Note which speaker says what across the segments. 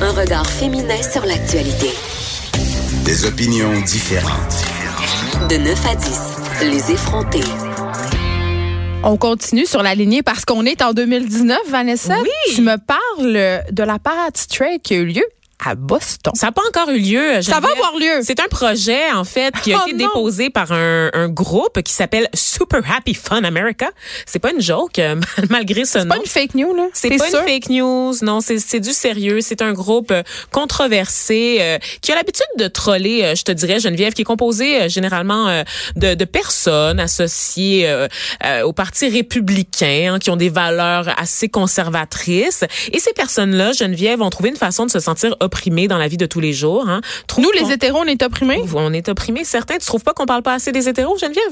Speaker 1: Un regard féminin sur l'actualité.
Speaker 2: Des opinions différentes.
Speaker 1: De 9 à 10, les effrontés.
Speaker 3: On continue sur la lignée parce qu'on est en 2019, Vanessa.
Speaker 4: Oui.
Speaker 3: Tu me parles de la parade straight qui a eu lieu à Boston.
Speaker 4: Ça n'a pas encore eu lieu.
Speaker 3: Ça va
Speaker 4: Geneviève.
Speaker 3: avoir lieu.
Speaker 4: C'est un projet, en fait, qui a
Speaker 3: Oh
Speaker 4: été
Speaker 3: non.
Speaker 4: déposé par un, un groupe qui s'appelle Super Happy Fun America. C'est pas une joke, euh, malgré ce nom.
Speaker 3: pas une fake news, là.
Speaker 4: C'est
Speaker 3: T'es
Speaker 4: pas
Speaker 3: sûre?
Speaker 4: une fake news, non, c'est c'est du sérieux. C'est un groupe euh, controversé euh, qui a l'habitude de troller, euh, je te dirais, Geneviève, qui est composé euh, généralement euh, de, de personnes associées euh, euh, au Parti républicain, hein, qui ont des valeurs assez conservatrices. Et ces personnes-là, Geneviève, ont trouvé une façon de se sentir opprimées dans la vie de tous les jours. Hein. Trouvent
Speaker 3: Nous,
Speaker 4: qu'on-
Speaker 3: les hétéros, on est opprimés?
Speaker 4: on est opprimés, certains. Tu trouves pas qu'on parle pas assez des hétéros, Geneviève?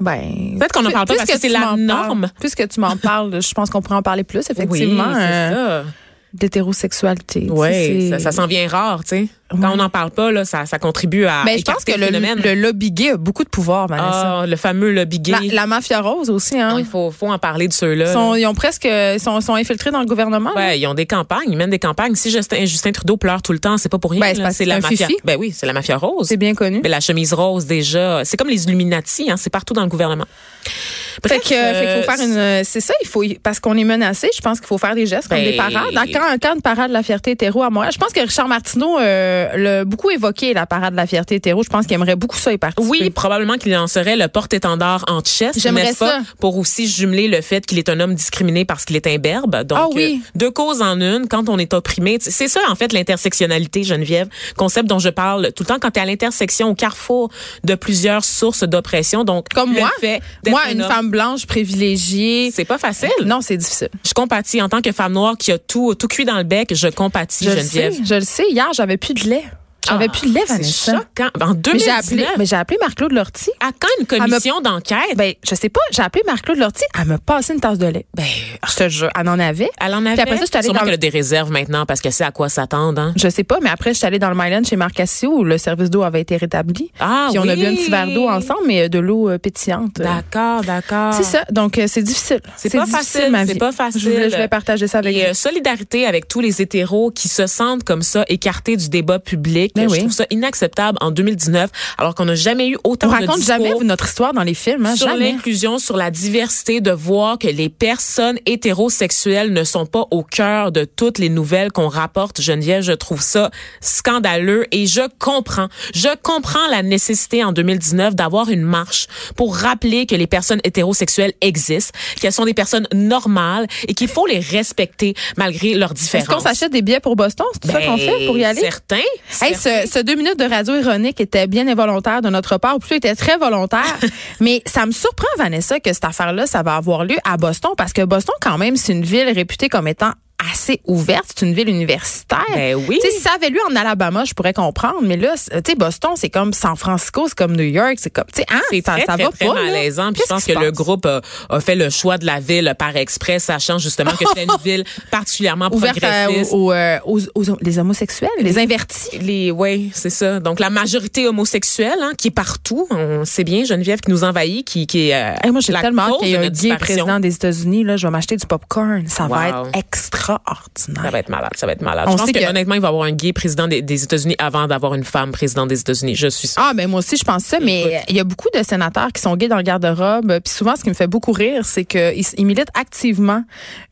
Speaker 3: Ben.
Speaker 4: Peut-être qu'on en parle pas parce que c'est la norme.
Speaker 3: Puisque tu m'en parles, je pense qu'on pourrait en parler plus, effectivement,
Speaker 4: oui, c'est
Speaker 3: euh,
Speaker 4: ça.
Speaker 3: d'hétérosexualité.
Speaker 4: Oui, ça,
Speaker 3: sent
Speaker 4: ça s'en vient rare, tu sais. Quand on n'en parle pas, là, ça, ça contribue à
Speaker 3: Mais Ben, je pense
Speaker 4: écarter
Speaker 3: que le,
Speaker 4: phénomène.
Speaker 3: le lobby gay a beaucoup de pouvoir, Vanessa.
Speaker 4: Ah, le fameux lobby gay.
Speaker 3: la, la mafia rose aussi, hein.
Speaker 4: Non, il faut, faut en parler de
Speaker 3: Ils
Speaker 4: ceux-là.
Speaker 3: sont, ils ont presque, ils sont, sont infiltrés dans le gouvernement. là.
Speaker 4: Ouais, ils ont des campagnes, ils mènent des campagnes. Si Justin, Justin Trudeau pleure tout le temps, c'est pas pour rien.
Speaker 3: Ben, c'est
Speaker 4: là.
Speaker 3: parce que c'est
Speaker 4: la
Speaker 3: un
Speaker 4: mafia.
Speaker 3: fifi.
Speaker 4: Ben oui, c'est la mafia rose.
Speaker 3: C'est bien connu.
Speaker 4: Mais la chemise rose déjà, c'est comme les Illuminati, hein, c'est partout dans le gouvernement.
Speaker 3: Fait
Speaker 4: Bref,
Speaker 3: que, fait qu'il faut
Speaker 4: euh,
Speaker 3: faire une, c'est ça, il faut, parce qu'on est menacé, je pense qu'il faut faire des gestes comme
Speaker 4: Ben-
Speaker 3: des parades. Hein, Quand, quand une parade de la fierté hétéro à moi, je pense que Richard Martineau euh, l'a beaucoup évoqué, la parade de la fierté hétéro. Je pense qu'il aimerait beaucoup ça y participer.
Speaker 4: Oui, probablement qu'il en serait le porte-étendard en chest,
Speaker 3: J'aimerais
Speaker 4: n'est-ce pas?
Speaker 3: ça.
Speaker 4: Pour aussi jumeler le fait qu'il est un homme discriminé parce qu'il est imberbe. Donc,
Speaker 3: Ah oui.
Speaker 4: euh, deux causes en une, quand on est opprimé. Tu- C'est ça, en fait, l'intersectionnalité, Geneviève, concept dont je parle tout le temps quand tu es à l'intersection, au carrefour de plusieurs sources d'oppression. Donc,
Speaker 3: Comme
Speaker 4: le
Speaker 3: moi.
Speaker 4: fait d'être
Speaker 3: Moi,
Speaker 4: un
Speaker 3: une
Speaker 4: homme,
Speaker 3: femme blanche privilégiée.
Speaker 4: C'est pas facile.
Speaker 3: Non, c'est difficile.
Speaker 4: Je compatis. En tant que femme noire qui a tout, tout cuit dans le bec, je compatis,
Speaker 3: Je le sais,
Speaker 4: Geneviève.
Speaker 3: je le sais. Hier, j'avais plus de lait. J'avais
Speaker 4: Ah,
Speaker 3: plus de lait,
Speaker 4: C'est
Speaker 3: Vanessa.
Speaker 4: choquant. En
Speaker 3: Mais j'ai appelé,
Speaker 4: 2019,
Speaker 3: mais j'ai appelé Marc-Claude Lortie.
Speaker 4: à quand une
Speaker 3: me-
Speaker 4: commission d'enquête?
Speaker 3: Ben, je sais pas, j'ai appelé Marc-Claude Lortie, elle m'a passé une tasse de lait. Ben, je te jure, elle en avait.
Speaker 4: Elle en avait.
Speaker 3: après ça, je suis allée
Speaker 4: Sûrement
Speaker 3: dans-
Speaker 4: qu'elle a des réserves maintenant parce qu'elle sait à quoi s'attendre. Hein?
Speaker 3: Je sais pas, mais après, je suis allée dans le Myland chez Marc Cassio où le service d'eau avait été rétabli.
Speaker 4: Ah
Speaker 3: Puis on a
Speaker 4: oui.
Speaker 3: bu un petit verre d'eau ensemble, mais euh, de l'eau euh, pétillante. Euh,
Speaker 4: D'accord, d'accord.
Speaker 3: C'est ça. Donc, euh, c'est difficile.
Speaker 4: C'est pas
Speaker 3: difficile,
Speaker 4: facile,
Speaker 3: ma vie.
Speaker 4: c'est pas facile.
Speaker 3: Je voulais, je voulais partager ça avec
Speaker 4: Et euh,
Speaker 3: vous.
Speaker 4: solidarité avec tous les hétéros qui se sentent comme ça écartés du débat public.
Speaker 3: Ben
Speaker 4: je
Speaker 3: oui.
Speaker 4: trouve ça inacceptable en 2019, alors qu'on n'a jamais eu autant
Speaker 3: On
Speaker 4: de
Speaker 3: raconte
Speaker 4: discours
Speaker 3: jamais notre histoire dans les films, hein,
Speaker 4: sur
Speaker 3: jamais.
Speaker 4: l'inclusion, sur la diversité, de voir que les personnes hétérosexuelles ne sont pas au cœur de toutes les nouvelles qu'on rapporte. Geneviève, je trouve ça scandaleux et je comprends. Je comprends la nécessité en 2019 d'avoir une marche pour rappeler que les personnes hétérosexuelles existent, qu'elles sont des personnes normales et qu'il faut les respecter malgré leurs différences.
Speaker 3: Est-ce qu'on s'achète des billets pour Boston? C'est tout ça qu'on fait pour y
Speaker 4: Ben,
Speaker 3: aller?
Speaker 4: Certains.
Speaker 3: Hey, ce, ce deux minutes de radio ironique était bien involontaire de notre part, ou plutôt était très volontaire. mais ça me surprend, Vanessa, que cette affaire-là, ça va avoir lieu à Boston, parce que Boston, quand même, c'est une ville réputée comme étant assez ouverte. C'est une ville universitaire.
Speaker 4: Ben oui.
Speaker 3: Tu sais, si ça avait lieu en Alabama, je pourrais comprendre. Mais là, c'est- tu sais, Boston, c'est comme San Francisco, c'est comme New York, c'est comme, tu sais, hein,
Speaker 4: C'est
Speaker 3: ça,
Speaker 4: très,
Speaker 3: ça
Speaker 4: très,
Speaker 3: va
Speaker 4: très
Speaker 3: pas. là.
Speaker 4: malaisant. Puis je
Speaker 3: Qu'est-ce
Speaker 4: pense
Speaker 3: qui
Speaker 4: que
Speaker 3: se
Speaker 4: le
Speaker 3: passe?
Speaker 4: groupe a, a fait le choix de la ville par exprès, sachant justement que c'était une ville particulièrement
Speaker 3: Ouverte à-
Speaker 4: progressiste.
Speaker 3: aux, aux, euh, aux- aux- les homosexuels, les invertis.
Speaker 4: Les, ouais, c'est ça. Donc la majorité homosexuelle, hein, qui est partout, on sait bien Geneviève qui nous envahit, qui, qui est. euh,
Speaker 3: Hey, Eh, moi, j'ai
Speaker 4: la
Speaker 3: tellement hâte
Speaker 4: cause
Speaker 3: qu'il y ait
Speaker 4: de
Speaker 3: un
Speaker 4: notre
Speaker 3: gay
Speaker 4: disparition.
Speaker 3: président des États-Unis. Là, je vais m'acheter du popcorn. Ça va
Speaker 4: Wow.
Speaker 3: être extraordinaire.
Speaker 4: Ça va être malade, ça va être malade.
Speaker 3: On
Speaker 4: je pense
Speaker 3: sait
Speaker 4: que,
Speaker 3: que-
Speaker 4: honnêtement, il va y avoir un gay président des, des États-Unis avant d'avoir une femme présidente des États-Unis. Je suis sûre.
Speaker 3: Ah, ben moi aussi, je pense ça, mais il y a beaucoup de sénateurs qui sont gays dans le garde-robe. euh, Puis souvent, ce qui me fait beaucoup rire, c'est qu'ils s- ils militent activement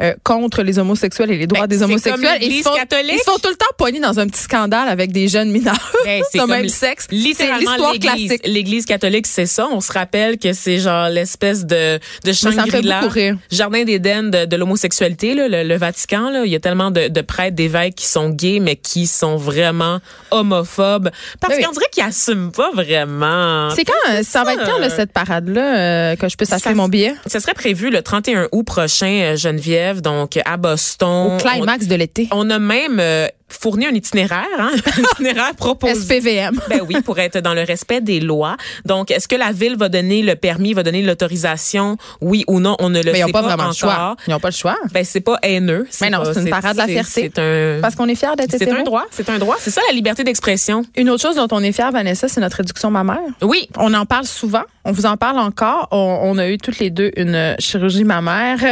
Speaker 3: euh, contre les homosexuels et les droits
Speaker 4: Ben,
Speaker 3: des
Speaker 4: c'est
Speaker 3: homosexuels.
Speaker 4: comme
Speaker 3: et ils, se
Speaker 4: l'Église
Speaker 3: font,
Speaker 4: catholique.
Speaker 3: ils se font tout le temps pogner dans un petit scandale avec des jeunes mineurs
Speaker 4: Hey,
Speaker 3: de
Speaker 4: Ben, comme
Speaker 3: même
Speaker 4: l-
Speaker 3: sexe. C'est
Speaker 4: Littéralement,
Speaker 3: l'histoire
Speaker 4: l'Église
Speaker 3: classique.
Speaker 4: l'Église catholique, c'est ça. On se rappelle que c'est genre l'espèce de, de
Speaker 3: ça me fait
Speaker 4: Shangri-La,
Speaker 3: beaucoup rire.
Speaker 4: jardin d'Éden de, de l'homosexualité, là, le, le Vatican. Là. Il y a tellement de, de prêtres, d'évêques qui sont gays, mais qui sont vraiment homophobes. Parce
Speaker 3: Oui.
Speaker 4: qu'on dirait qu'ils n'assument pas vraiment.
Speaker 3: C'est quand, euh, ça va être quand, là, cette parade-là, euh, que je puisse acheter
Speaker 4: Ça-
Speaker 3: mon billet?
Speaker 4: Ce serait prévu le 31 août prochain, euh, Geneviève, donc à
Speaker 3: Au
Speaker 4: Boston.
Speaker 3: climax de l'été.
Speaker 4: On, on a même... euh, fourni un itinéraire, hein, un itinéraire proposé.
Speaker 3: SPVM.
Speaker 4: Ben oui, pour être dans le respect des lois. Donc, est-ce que la ville va donner le permis, va donner l'autorisation, oui ou non, on ne le
Speaker 3: Mais Ben, ils
Speaker 4: sait
Speaker 3: n'ont pas, vraiment
Speaker 4: encore.
Speaker 3: le choix. Ils n'ont pas le choix.
Speaker 4: Ben c'est pas haineux.
Speaker 3: Mais non,
Speaker 4: pas-
Speaker 3: c'est une parade de la
Speaker 4: c'est-
Speaker 3: fierté.
Speaker 4: C'est un,
Speaker 3: Parce qu'on est fiers d'être
Speaker 4: c'est
Speaker 3: hétéro.
Speaker 4: un droit, c'est un droit. C'est ça la liberté d'expression.
Speaker 3: Une autre chose dont on est fiers, Vanessa, c'est notre réduction mammaire.
Speaker 4: Oui,
Speaker 3: On en parle souvent. On vous en parle encore. On, on a eu toutes les deux une chirurgie mammaire.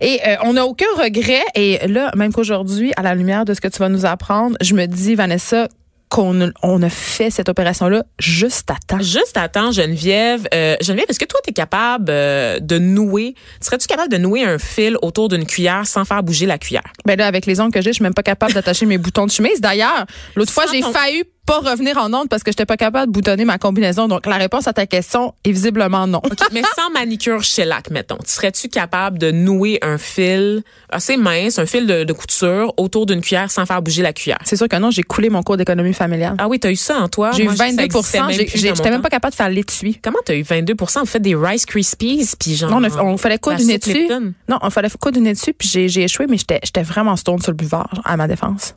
Speaker 3: Et euh, on n'a aucun regret. Et là, même qu'aujourd'hui, à la lumière de ce que tu vas nous apprendre, je me dis, Vanessa, qu'on on a fait cette opération-là juste à temps.
Speaker 4: Juste attends, Geneviève. Euh, Geneviève, est-ce que toi, tu es capable euh, de nouer, serais-tu capable de nouer un fil autour d'une cuillère sans faire bouger la cuillère?
Speaker 3: Ben là, avec les ongles que j'ai, je suis même pas capable d'attacher mes boutons de chemise. D'ailleurs, l'autre fois,
Speaker 4: Sans
Speaker 3: j'ai
Speaker 4: ton-
Speaker 3: failli pas revenir en onde parce que j'étais pas capable de boutonner ma combinaison. Donc, la réponse à ta question est visiblement non.
Speaker 4: Mais sans manicure shellac, mettons. Serais-tu capable de nouer un fil assez mince, un fil de, de couture autour d'une cuillère sans faire bouger la cuillère?
Speaker 3: C'est sûr que non, j'ai coulé mon cours d'économie familiale.
Speaker 4: Ah oui, t'as eu ça en toi?
Speaker 3: J'ai eu
Speaker 4: Moi, ça
Speaker 3: 22
Speaker 4: existait même
Speaker 3: j'ai-
Speaker 4: plus
Speaker 3: j'ai-
Speaker 4: dans mon
Speaker 3: J'étais même
Speaker 4: temps.
Speaker 3: pas capable de faire l'étui.
Speaker 4: Comment t'as eu 22 Vous faites des Rice Krispies, puis genre...
Speaker 3: Non, on, a- on fallait quoi
Speaker 4: Ah. la
Speaker 3: d'une
Speaker 4: soupe
Speaker 3: étui?
Speaker 4: Lipton.
Speaker 3: Non, on fallait quoi d'une étui, puis j'ai j'ai échoué, mais j'étais j'étais vraiment stone sur le buvard, genre, à ma défense.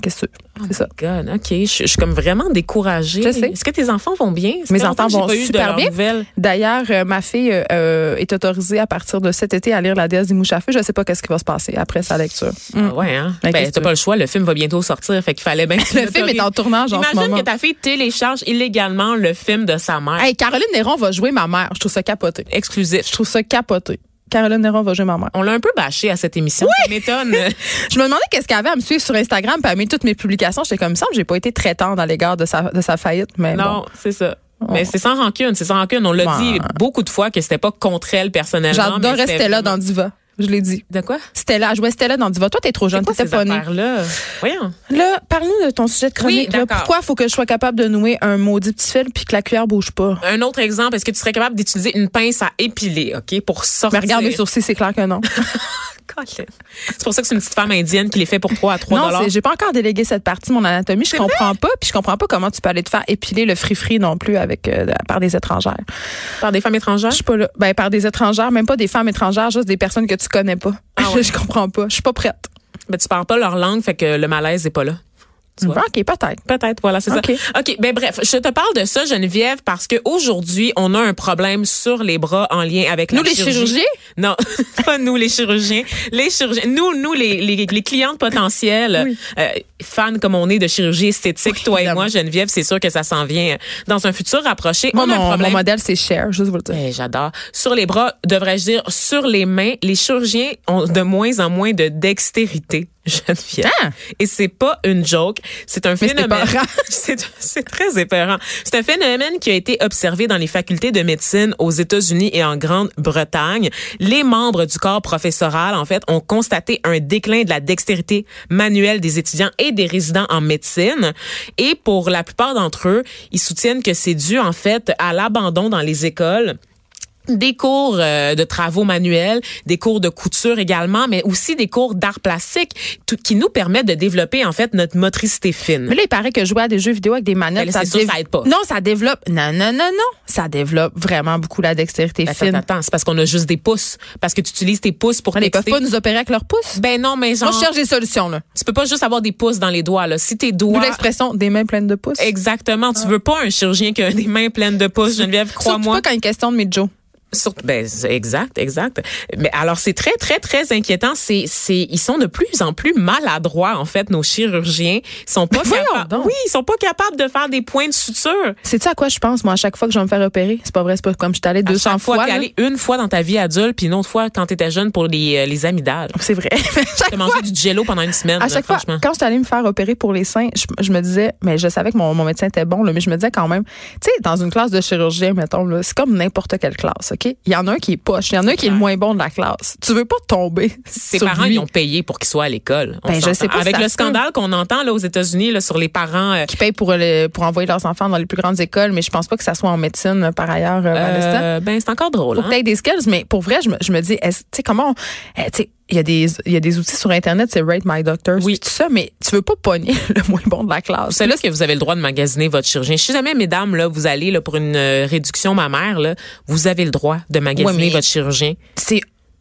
Speaker 3: Qu'est-ce que tu
Speaker 4: Ah.
Speaker 3: veux? C'est ça.
Speaker 4: Oh God, OK. Je je suis comme vraiment découragée.
Speaker 3: Je sais.
Speaker 4: Est-ce que tes enfants vont bien? Ça
Speaker 3: Mes
Speaker 4: fait longtemps
Speaker 3: enfants
Speaker 4: que
Speaker 3: vont
Speaker 4: j'ai pas eu de
Speaker 3: super
Speaker 4: leurs
Speaker 3: bien.
Speaker 4: nouvelles.
Speaker 3: D'ailleurs, euh, ma fille euh, euh, est autorisée à partir de cet été à lire La déesse des mouches à feu. Je sais pas qu'est-ce qui va se passer après sa lecture.
Speaker 4: Ah ouais, hein?
Speaker 3: Ben, qu'est-ce
Speaker 4: Ben,
Speaker 3: que
Speaker 4: t'as
Speaker 3: tu
Speaker 4: pas le choix, le film va bientôt sortir, fait qu'il fallait bien que tu
Speaker 3: Le film est en
Speaker 4: l'autorises.
Speaker 3: tournage en ce
Speaker 4: Imagine
Speaker 3: moment.
Speaker 4: que ta fille télécharge illégalement le film de sa mère.
Speaker 3: Hey, Caroline Néron va jouer ma mère. Je trouve ça capoté. Je
Speaker 4: Exclusif.
Speaker 3: trouve ça capoté. Caroline Néron va jouer ma mère.
Speaker 4: On l'a un peu bâché à cette émission. Ça m'étonne. Euh,
Speaker 3: Je me demandais qu'est-ce qu'elle avait à me suivre sur Instagram puis à mettre toutes mes publications. J'étais comme ça, j'ai pas été très tendre à l'égard de sa, de sa faillite, mais bon. Oh.
Speaker 4: non, c'est ça. Mais c'est sans rancune, c'est sans rancune. On l'a
Speaker 3: Ouais.
Speaker 4: dit beaucoup de fois que c'était pas contre elle personnellement.
Speaker 3: J'adorais
Speaker 4: mais c'était
Speaker 3: Stella
Speaker 4: vraiment-
Speaker 3: dans Diva. Je l'ai dit.
Speaker 4: De quoi?
Speaker 3: Stella, elle jouait Stella dans Diva. Toi, t'es trop jeune,
Speaker 4: Quoi
Speaker 3: t'étais
Speaker 4: ces
Speaker 3: pas née.
Speaker 4: affaires-là? Voyons.
Speaker 3: Là, parle-nous de ton sujet de chronique.
Speaker 4: Oui,
Speaker 3: là.
Speaker 4: d'accord.
Speaker 3: Pourquoi faut que je sois capable de nouer un maudit petit fil puis que la cuillère bouge pas?
Speaker 4: Un autre exemple, est-ce que tu serais capable d'utiliser une pince à épiler, OK, pour
Speaker 3: Mais
Speaker 4: sortir?
Speaker 3: regarde mes sourcils, c'est clair que non.
Speaker 4: Colin. C'est pour ça que c'est une petite femme indienne qui les fait pour 3 à 3
Speaker 3: non, c'est- j'ai pas encore délégué cette partie de mon anatomie. Je comprends pas, puis je comprends pas comment tu peux aller te faire épiler le free-free non plus avec euh, par des étrangères.
Speaker 4: par des femmes étrangères.
Speaker 3: Je suis pas là. Ben, par des étrangères, même pas des femmes étrangères, juste des personnes que tu connais pas.
Speaker 4: Ah ouais.
Speaker 3: je comprends pas. Je suis pas prête.
Speaker 4: Ben, tu parles pas leur langue, fait que le malaise est pas là. Tu vois?
Speaker 3: OK, peut-être.
Speaker 4: Peut-être, voilà, c'est
Speaker 3: OK.
Speaker 4: ça. OK, ben bref, je te parle de ça, Geneviève, parce que aujourd'hui, on a un problème sur les bras en lien avec
Speaker 3: Nous,
Speaker 4: la
Speaker 3: les
Speaker 4: chirurgie.
Speaker 3: chirurgiens?
Speaker 4: Non, pas nous, les chirurgiens. Les chirurgiens, nous, nous, les, les, les clientes potentielles, euh, fans comme on est de chirurgie esthétique, toi et
Speaker 3: évidemment.
Speaker 4: moi, Geneviève, c'est sûr que ça s'en vient euh, dans un futur rapproché.
Speaker 3: Moi,
Speaker 4: on a un
Speaker 3: mon, mon
Speaker 4: problème.
Speaker 3: modèle, c'est Cher, juste vous le dire.
Speaker 4: Eh, J'adore. Sur les bras, devrais-je dire sur les mains, les chirurgiens ont de moins en moins de dextérité. Geneviève.
Speaker 3: Ah!
Speaker 4: Et c'est pas une joke, c'est un
Speaker 3: c'est
Speaker 4: phénomène.
Speaker 3: épeurant.
Speaker 4: C'est c'est très épeurant. C'est un phénomène qui a été observé dans les facultés de médecine aux États-Unis et en Grande-Bretagne. Les membres du corps professoral, en fait, ont constaté un déclin de la dextérité manuelle des étudiants et des résidents en médecine. Et pour la plupart d'entre eux, ils soutiennent que c'est dû, en fait, à l'abandon dans les écoles des cours euh, de travaux manuels, des cours de couture également, mais aussi des cours d'art plastique tout- qui nous permettent de développer en fait notre motricité fine.
Speaker 3: Mais là, il paraît que jouer à des jeux vidéo avec des manettes,
Speaker 4: Ben là, c'est sûr,
Speaker 3: dév-
Speaker 4: ça aide pas.
Speaker 3: Non, ça développe. Non, non, non, non. Ça développe vraiment beaucoup la dextérité
Speaker 4: Attends,
Speaker 3: fine.
Speaker 4: Ben, attends, attends, c'est parce qu'on a juste des pouces, parce que tu utilises tes pouces pour
Speaker 3: Ils peuvent
Speaker 4: texter.
Speaker 3: pas nous opérer avec leurs pouces.
Speaker 4: Ben non, mais genre,
Speaker 3: Moi, je cherche des solutions, là.
Speaker 4: tu peux pas juste avoir des pouces dans les doigts là. Si tes
Speaker 3: D'où
Speaker 4: doigts
Speaker 3: l'expression des mains pleines de pouces.
Speaker 4: Exactement, tu veux pas un chirurgien qui a des mains pleines de pouces, Geneviève,
Speaker 3: Surtout
Speaker 4: crois-moi.
Speaker 3: pas quand il est question de mes Joe.
Speaker 4: Surtout, ben, c'est- exact, exact. Mais alors, c'est très, très, très inquiétant. C'est, c'est, ils sont de plus en plus maladroits, en fait, nos chirurgiens. Ils sont pas
Speaker 3: Mais voyons
Speaker 4: capables.
Speaker 3: donc.
Speaker 4: Oui, ils sont pas capables de faire des points de suture.
Speaker 3: Sais-tu à quoi je pense, moi, à chaque fois que je vais me faire opérer? C'est pas vrai, c'est pas comme je suis allée
Speaker 4: À
Speaker 3: 200
Speaker 4: chaque
Speaker 3: fois.
Speaker 4: fois, t'es
Speaker 3: là.
Speaker 4: allé une fois dans ta vie adulte, puis une autre fois quand t'étais jeune pour les, euh, les amygdales.
Speaker 3: C'est vrai. Chaque
Speaker 4: T'as mangé du jello pendant une semaine.
Speaker 3: À
Speaker 4: là,
Speaker 3: chaque fois,
Speaker 4: franchement.
Speaker 3: quand j'étais allée me faire opérer pour les seins, je, je me disais, mais je savais que mon, mon médecin était bon, là, mais je me disais quand même, tu sais, dans une classe de chirurgien, mettons, là, c'est comme n'importe quelle classe, OK? Il y en a un qui est poche, il y en a un qui est le moins bon de la classe. Tu veux pas tomber
Speaker 4: Ses
Speaker 3: sur
Speaker 4: parents,
Speaker 3: lui.
Speaker 4: ils ont payé pour qu'ils soient à l'école. On
Speaker 3: Ben, je
Speaker 4: s'entend.
Speaker 3: sais pas si
Speaker 4: Avec
Speaker 3: ça
Speaker 4: le
Speaker 3: se peut.
Speaker 4: scandale qu'on entend, là, aux États-Unis, là, sur les parents, euh,
Speaker 3: qui payent pour, le- pour envoyer leurs enfants dans les plus grandes écoles, mais je pense pas que ça soit en médecine, euh, par ailleurs, euh, Vanessa.
Speaker 4: euh, ben, c'est encore drôle,
Speaker 3: Faut
Speaker 4: hein?
Speaker 3: que t'aies des skills, mais pour vrai, je me, je me dis, est-ce- tu sais, comment, on- eh, tu sais, il y, a des, il y a des outils sur Internet, c'est Rate My Doctor,
Speaker 4: Oui.
Speaker 3: tout ça, mais tu veux pas pogner le moins bon de la classe.
Speaker 4: C'est là que vous avez le droit de magasiner votre chirurgien. Si jamais, mesdames, là, vous allez là, pour une euh, réduction mammaire, là, vous avez le droit de magasiner
Speaker 3: Ouais, mais-
Speaker 4: votre chirurgien.
Speaker 3: c'est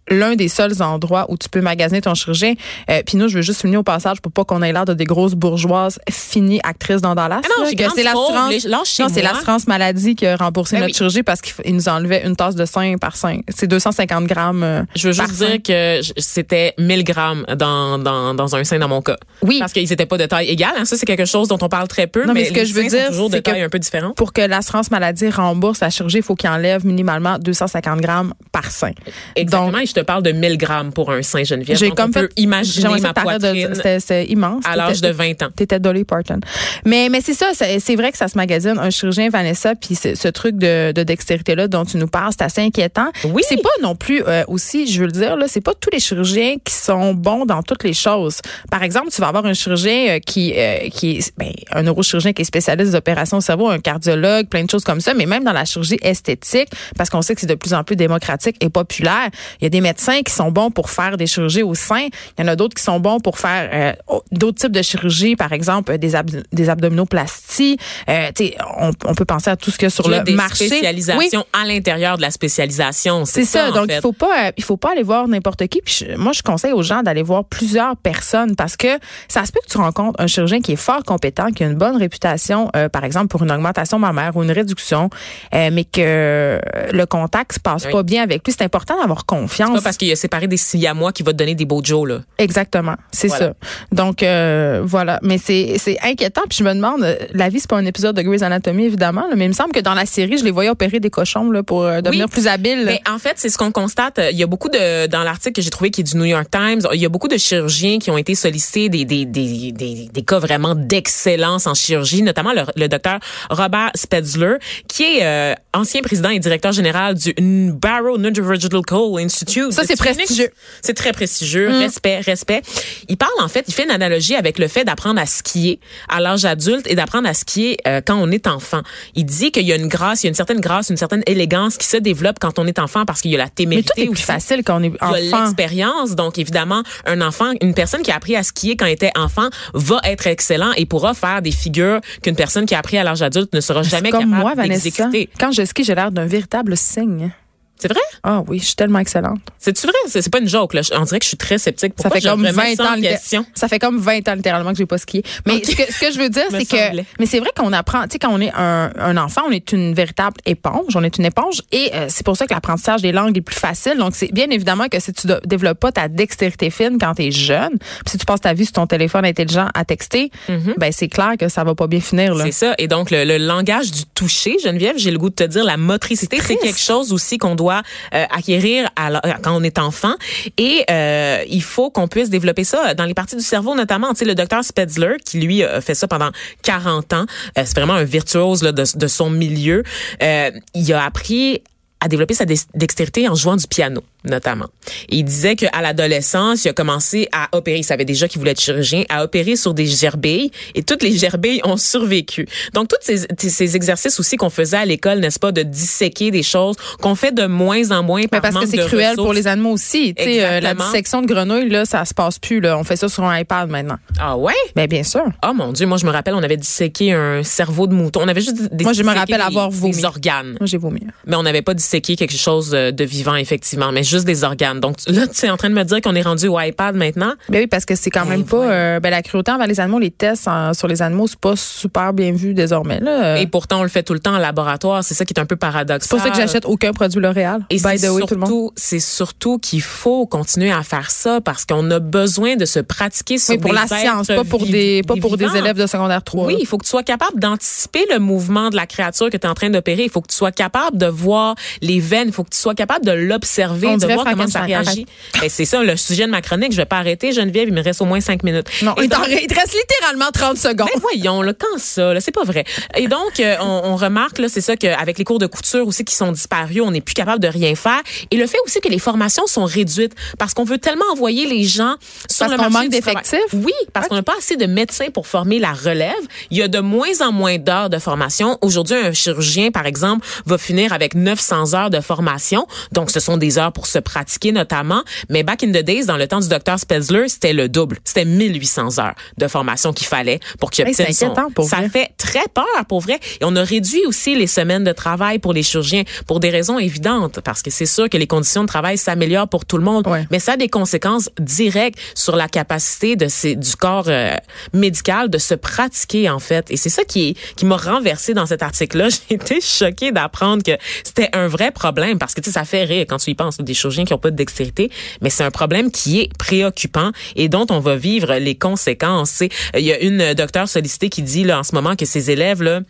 Speaker 3: l'un des seuls endroits où tu peux magasiner ton chirurgien. Euh, Puis nous, je veux juste souligner au passage pour pas qu'on ait l'air de des grosses bourgeoises finies actrices dans Dallas.
Speaker 4: Ah non,
Speaker 3: là,
Speaker 4: j'ai
Speaker 3: que
Speaker 4: grande
Speaker 3: c'est
Speaker 4: pauvre,
Speaker 3: l'assurance.
Speaker 4: les- lâche chez
Speaker 3: Non, c'est
Speaker 4: moi.
Speaker 3: l'assurance maladie qui a remboursé
Speaker 4: Ben
Speaker 3: notre
Speaker 4: oui.
Speaker 3: chirurgie parce qu'ils nous enlevaient une tasse de sein par sein. C'est 250 grammes. euh,
Speaker 4: Je veux juste
Speaker 3: par sein.
Speaker 4: dire que j- c'était 1000 grammes dans, dans, dans un sein dans mon cas.
Speaker 3: Oui.
Speaker 4: Parce qu'ils étaient pas de taille égale. hein. Ça, c'est quelque chose dont on parle très peu.
Speaker 3: Non, mais ce que
Speaker 4: les
Speaker 3: je veux
Speaker 4: seins sont
Speaker 3: dire,
Speaker 4: toujours de
Speaker 3: c'est que-
Speaker 4: taille un peu différente.
Speaker 3: Pour que l'assurance maladie rembourse la chirurgie, il faut qu'il enlève minimalement 250 grammes par sein.
Speaker 4: Exactement. et je te parle de 1000 grammes pour un sein, Geneviève.
Speaker 3: J'ai
Speaker 4: Donc,
Speaker 3: comme
Speaker 4: on peut
Speaker 3: fait-
Speaker 4: imaginer
Speaker 3: j'aimerais ça
Speaker 4: ma
Speaker 3: que t'arrêtes de-
Speaker 4: poitrine
Speaker 3: c'était- C'était immense.
Speaker 4: à l'âge
Speaker 3: T'étais-
Speaker 4: de 20 ans.
Speaker 3: T'étais Dolly Parton. Mais, mais c'est ça, c'est c'est vrai que ça se magasine. Un chirurgien, Vanessa, puis ce ce truc de, de dextérité-là dont tu nous parles, c'est assez inquiétant.
Speaker 4: Oui.
Speaker 3: C'est pas non plus, euh, aussi, je veux le dire, là, c'est pas tous les chirurgiens qui sont bons dans toutes les choses. Par exemple, tu vas avoir un chirurgien euh, qui, euh, qui est, ben, un neurochirurgien qui est spécialiste des opérations au cerveau, un cardiologue, plein de choses comme ça, mais même dans la chirurgie esthétique, parce qu'on sait que c'est de plus en plus démocratique et populaire, il y a des médecins qui sont bons pour faire des chirurgies au sein, il y en a d'autres qui sont bons pour faire euh, au- d'autres types de chirurgies, par exemple euh, des, abd- des abdominoplasties. Euh, tu sais, on, on peut penser à tout ce qu'il y a sur
Speaker 4: Il y a
Speaker 3: le
Speaker 4: des
Speaker 3: marché.
Speaker 4: spécialisations
Speaker 3: Oui.
Speaker 4: à l'intérieur de la spécialisation.
Speaker 3: C'est ça.
Speaker 4: en
Speaker 3: Donc
Speaker 4: fait.
Speaker 3: il faut pas euh, il faut pas aller voir n'importe qui. Puis je- moi je conseille aux gens d'aller voir plusieurs personnes parce que ça se peut que tu rencontres un chirurgien qui est fort compétent, qui a une bonne réputation euh, par exemple pour une augmentation mammaire ou une réduction euh, mais que euh, le contact se passe
Speaker 4: Oui.
Speaker 3: pas bien avec lui, c'est important d'avoir
Speaker 4: Pas
Speaker 3: confiance.
Speaker 4: parce qu'il a séparé des siamois qui va te donner des beaux Joe, là.
Speaker 3: Exactement, c'est
Speaker 4: Voilà.
Speaker 3: ça. Donc euh, voilà, mais c'est c'est inquiétant puis je me demande euh, la vie c'est pas un épisode de Grey's Anatomy évidemment, là, mais il me semble que dans la série, je les voyais opérer des cochons là pour euh, devenir
Speaker 4: Oui.
Speaker 3: plus habiles.
Speaker 4: Mais en fait, c'est ce qu'on constate. Il y a beaucoup de dans l'article que j'ai trouvé qui est du New York Times. Il y a beaucoup de chirurgiens qui ont été sollicités des des des des, des cas vraiment d'excellence en chirurgie, notamment le, le docteur Robert Spetzler, qui est euh, ancien président et directeur général du Barrow Neurological Institute.
Speaker 3: Ça,
Speaker 4: de
Speaker 3: c'est
Speaker 4: Phoenix.
Speaker 3: prestigieux.
Speaker 4: C'est très prestigieux.
Speaker 3: Mm.
Speaker 4: Respect, respect. Il parle en fait, il fait une analogie avec le fait d'apprendre à skier à l'âge adulte et d'apprendre à skier euh, quand on est enfant. Il dit qu'il y a une grâce, il y a une certaine grâce, une certaine élégance qui se développe quand on est enfant parce qu'il y a la
Speaker 3: mais
Speaker 4: témérité
Speaker 3: tout est plus
Speaker 4: aussi.
Speaker 3: facile quand on est
Speaker 4: Il y a
Speaker 3: enfant.
Speaker 4: l'expérience, donc évidemment, un enfant, une personne qui a appris à skier quand elle était enfant va être excellent et pourra faire des figures qu'une personne qui a appris à l'âge adulte ne sera
Speaker 3: C'est
Speaker 4: jamais
Speaker 3: comme moi,
Speaker 4: capable
Speaker 3: Vanessa.
Speaker 4: d'exécuter.
Speaker 3: Quand je skie, j'ai l'air d'un véritable signe.
Speaker 4: C'est vrai?
Speaker 3: Ah oui, je suis tellement excellente.
Speaker 4: C'est-tu vrai? C'est c'est pas une joke, là. Je- On dirait que je suis très sceptique.
Speaker 3: Ça
Speaker 4: Pourquoi
Speaker 3: fait
Speaker 4: je
Speaker 3: comme
Speaker 4: remets
Speaker 3: 20
Speaker 4: ça
Speaker 3: ans
Speaker 4: en question?
Speaker 3: Ça fait comme 20 ans littéralement que j'ai pas skié. Mais ce, que, ce que je veux dire
Speaker 4: Me
Speaker 3: c'est que
Speaker 4: semblait.
Speaker 3: mais c'est vrai qu'on apprend, tu sais quand on est un, un enfant, on est une véritable éponge, on est une éponge et euh, c'est pour ça que l'apprentissage des langues est plus facile. Donc c'est bien évidemment que si tu do- développes pas ta dextérité fine quand tu es jeune, puis si tu passes ta vie sur ton téléphone intelligent à texter,
Speaker 4: Mm-hmm.
Speaker 3: ben c'est clair que ça va pas bien finir là.
Speaker 4: C'est ça. Et donc, le, le langage du toucher, Geneviève, j'ai le goût de te dire, la motricité, c'est
Speaker 3: triste.
Speaker 4: quelque chose aussi qu'on doit euh, acquérir à la- quand on est enfant. Et euh, il faut qu'on puisse développer ça dans les parties du cerveau, notamment. Tu sais, le docteur Spedzler, qui lui a fait ça pendant 40 ans, euh, c'est vraiment un virtuose là, de, de son milieu, euh, il a appris à développer sa dex- dextérité en jouant du piano, notamment. Et il disait qu'à l'adolescence, il a commencé à opérer, il savait déjà qu'il voulait être chirurgien, à opérer sur des gerbilles, et toutes les gerbilles ont survécu. Donc, tous ces, ces exercices aussi qu'on faisait à l'école, n'est-ce pas, de disséquer des choses, qu'on fait de moins en moins
Speaker 3: Mais
Speaker 4: par
Speaker 3: parce que
Speaker 4: manque
Speaker 3: c'est
Speaker 4: de
Speaker 3: cruel
Speaker 4: ressources.
Speaker 3: pour les animaux aussi. Tu sais, euh, la
Speaker 4: Exactement.
Speaker 3: dissection de grenouille, là, ça se passe plus. Là. On fait ça sur un iPad maintenant.
Speaker 4: Ah ouais?
Speaker 3: Mais bien sûr.
Speaker 4: Oh mon Dieu, moi, je me rappelle, on avait disséqué un cerveau de mouton. On avait juste dis-
Speaker 3: Moi, je me
Speaker 4: disséqué
Speaker 3: rappelle
Speaker 4: des-
Speaker 3: avoir vomi.
Speaker 4: des organes.
Speaker 3: Moi, j'ai vomi.
Speaker 4: mais on n'avait pas disséqué quelque chose euh, de vivant, effectivement, mais juste des organes. Donc tu- là, tu es en train de me dire qu'on est rendu au iPad maintenant.
Speaker 3: Ben oui, parce que c'est quand même pas. euh, ben, la cruauté envers les animaux, les tests en- sur les animaux, c'est pas super bien vu désormais. là. Euh,
Speaker 4: Et pourtant, on le fait tout le temps en laboratoire. C'est ça qui est un peu paradoxal.
Speaker 3: C'est pour ça que j'achète aucun produit L'Oréal.
Speaker 4: Et
Speaker 3: By
Speaker 4: c'est
Speaker 3: the way, tout le monde.
Speaker 4: surtout, c'est surtout qu'il faut continuer à faire ça parce qu'on a besoin de se pratiquer sur
Speaker 3: Oui, pour
Speaker 4: des
Speaker 3: la
Speaker 4: êtres
Speaker 3: science, pas pour
Speaker 4: viv-
Speaker 3: des, pas pour des
Speaker 4: vivants.
Speaker 3: élèves de secondaire 3.
Speaker 4: Oui, il faut que tu sois capable d'anticiper le mouvement de la créature que tu es en train d'opérer. Il faut que tu sois capable de voir les veines. Il faut que tu sois capable de l'observer,
Speaker 3: On
Speaker 4: de
Speaker 3: dirait
Speaker 4: voir comment ça
Speaker 3: Frankenstein.
Speaker 4: réagit. Ben, c'est ça, le sujet de ma chronique. Je vais pas arrêter, Geneviève. Il me reste au moins cinq minutes.
Speaker 3: Non,
Speaker 4: Et
Speaker 3: il, t'en-
Speaker 4: donc-
Speaker 3: il te reste littéralement 30 secondes.
Speaker 4: ben voyons, là, quand ça, là, c'est pas vrai. Et donc, euh, on, on remarque, là, c'est ça qu'avec les cours de couture aussi qui sont disparus, on n'est plus capable de rien faire. Et le fait aussi que les formations sont réduites parce qu'on veut tellement envoyer les gens sur
Speaker 3: Parce
Speaker 4: le
Speaker 3: qu'on
Speaker 4: marché
Speaker 3: manque
Speaker 4: du travail.
Speaker 3: d'effectifs?
Speaker 4: Oui, parce qu'on n'a pas assez de médecins pour former la relève. Il y a de moins en moins d'heures de formation. Aujourd'hui, un chirurgien, par exemple, va finir avec 900 heures de formation. Donc, ce sont des heures pour pour se pratiquer notamment. Mais back in the days, dans le temps du docteur Spenzler, c'était le double. C'était 1800 heures de formation qu'il fallait pour qu'il
Speaker 3: Hey,
Speaker 4: obtienne
Speaker 3: c'est
Speaker 4: son...
Speaker 3: inquiétant, pour
Speaker 4: ça
Speaker 3: vrai.
Speaker 4: fait très peur, pour vrai. Et on a réduit aussi les semaines de travail pour les chirurgiens pour des raisons évidentes, parce que c'est sûr que les conditions de travail s'améliorent pour tout le monde,
Speaker 3: Ouais.
Speaker 4: mais ça a des conséquences directes sur la capacité de ces, du corps euh, médical de se pratiquer, en fait. Et c'est ça qui, est- qui m'a renversée dans cet article-là. J'ai été choquée d'apprendre que c'était un vrai problème, parce que tu sais, ça fait rire quand tu y penses, des chirurgiens qui n'ont pas de dextérité, mais c'est un problème qui est préoccupant et dont on va vivre les conséquences. tu sais. Il y a une euh, docteure sollicitée qui dit là, en ce moment que ses élèves, là,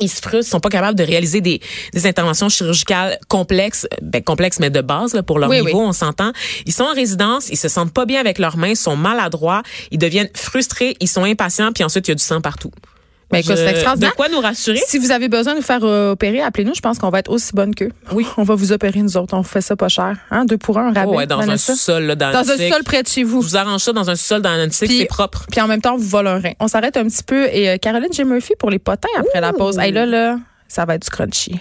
Speaker 4: ils se frustrent, sont pas capables de réaliser des, des interventions chirurgicales complexes, ben complexes mais de base là, pour leur
Speaker 3: Oui,
Speaker 4: niveau,
Speaker 3: oui.
Speaker 4: on s'entend. Ils sont en résidence, ils se sentent pas bien avec leurs mains, ils sont maladroits, ils deviennent frustrés, ils sont impatients, puis ensuite il y a du sang partout.
Speaker 3: Ben, écoute,
Speaker 4: Je-
Speaker 3: c'est
Speaker 4: de
Speaker 3: extraordinaire.
Speaker 4: quoi nous rassurer
Speaker 3: Si vous avez besoin de vous faire euh, opérer, appelez-nous. Je pense qu'on va être aussi bonne qu'eux. Oui. On va vous opérer, nous autres. On vous fait ça pas cher. Hein? Deux pour un, rabais.
Speaker 4: Oh, ouais, dans un
Speaker 3: Vanessa.
Speaker 4: sous-sol là, dans,
Speaker 3: Dans un
Speaker 4: Nantic.
Speaker 3: sol près de chez vous.
Speaker 4: Je vous arrange ça dans un sous-sol dans un
Speaker 3: Puis-
Speaker 4: c'est propre.
Speaker 3: Puis en même temps, on vous vole un rein. On s'arrête un petit peu. Et euh, Caroline J. Murphy pour les potins après la pause. Hey, là, là, ça va être du crunchy.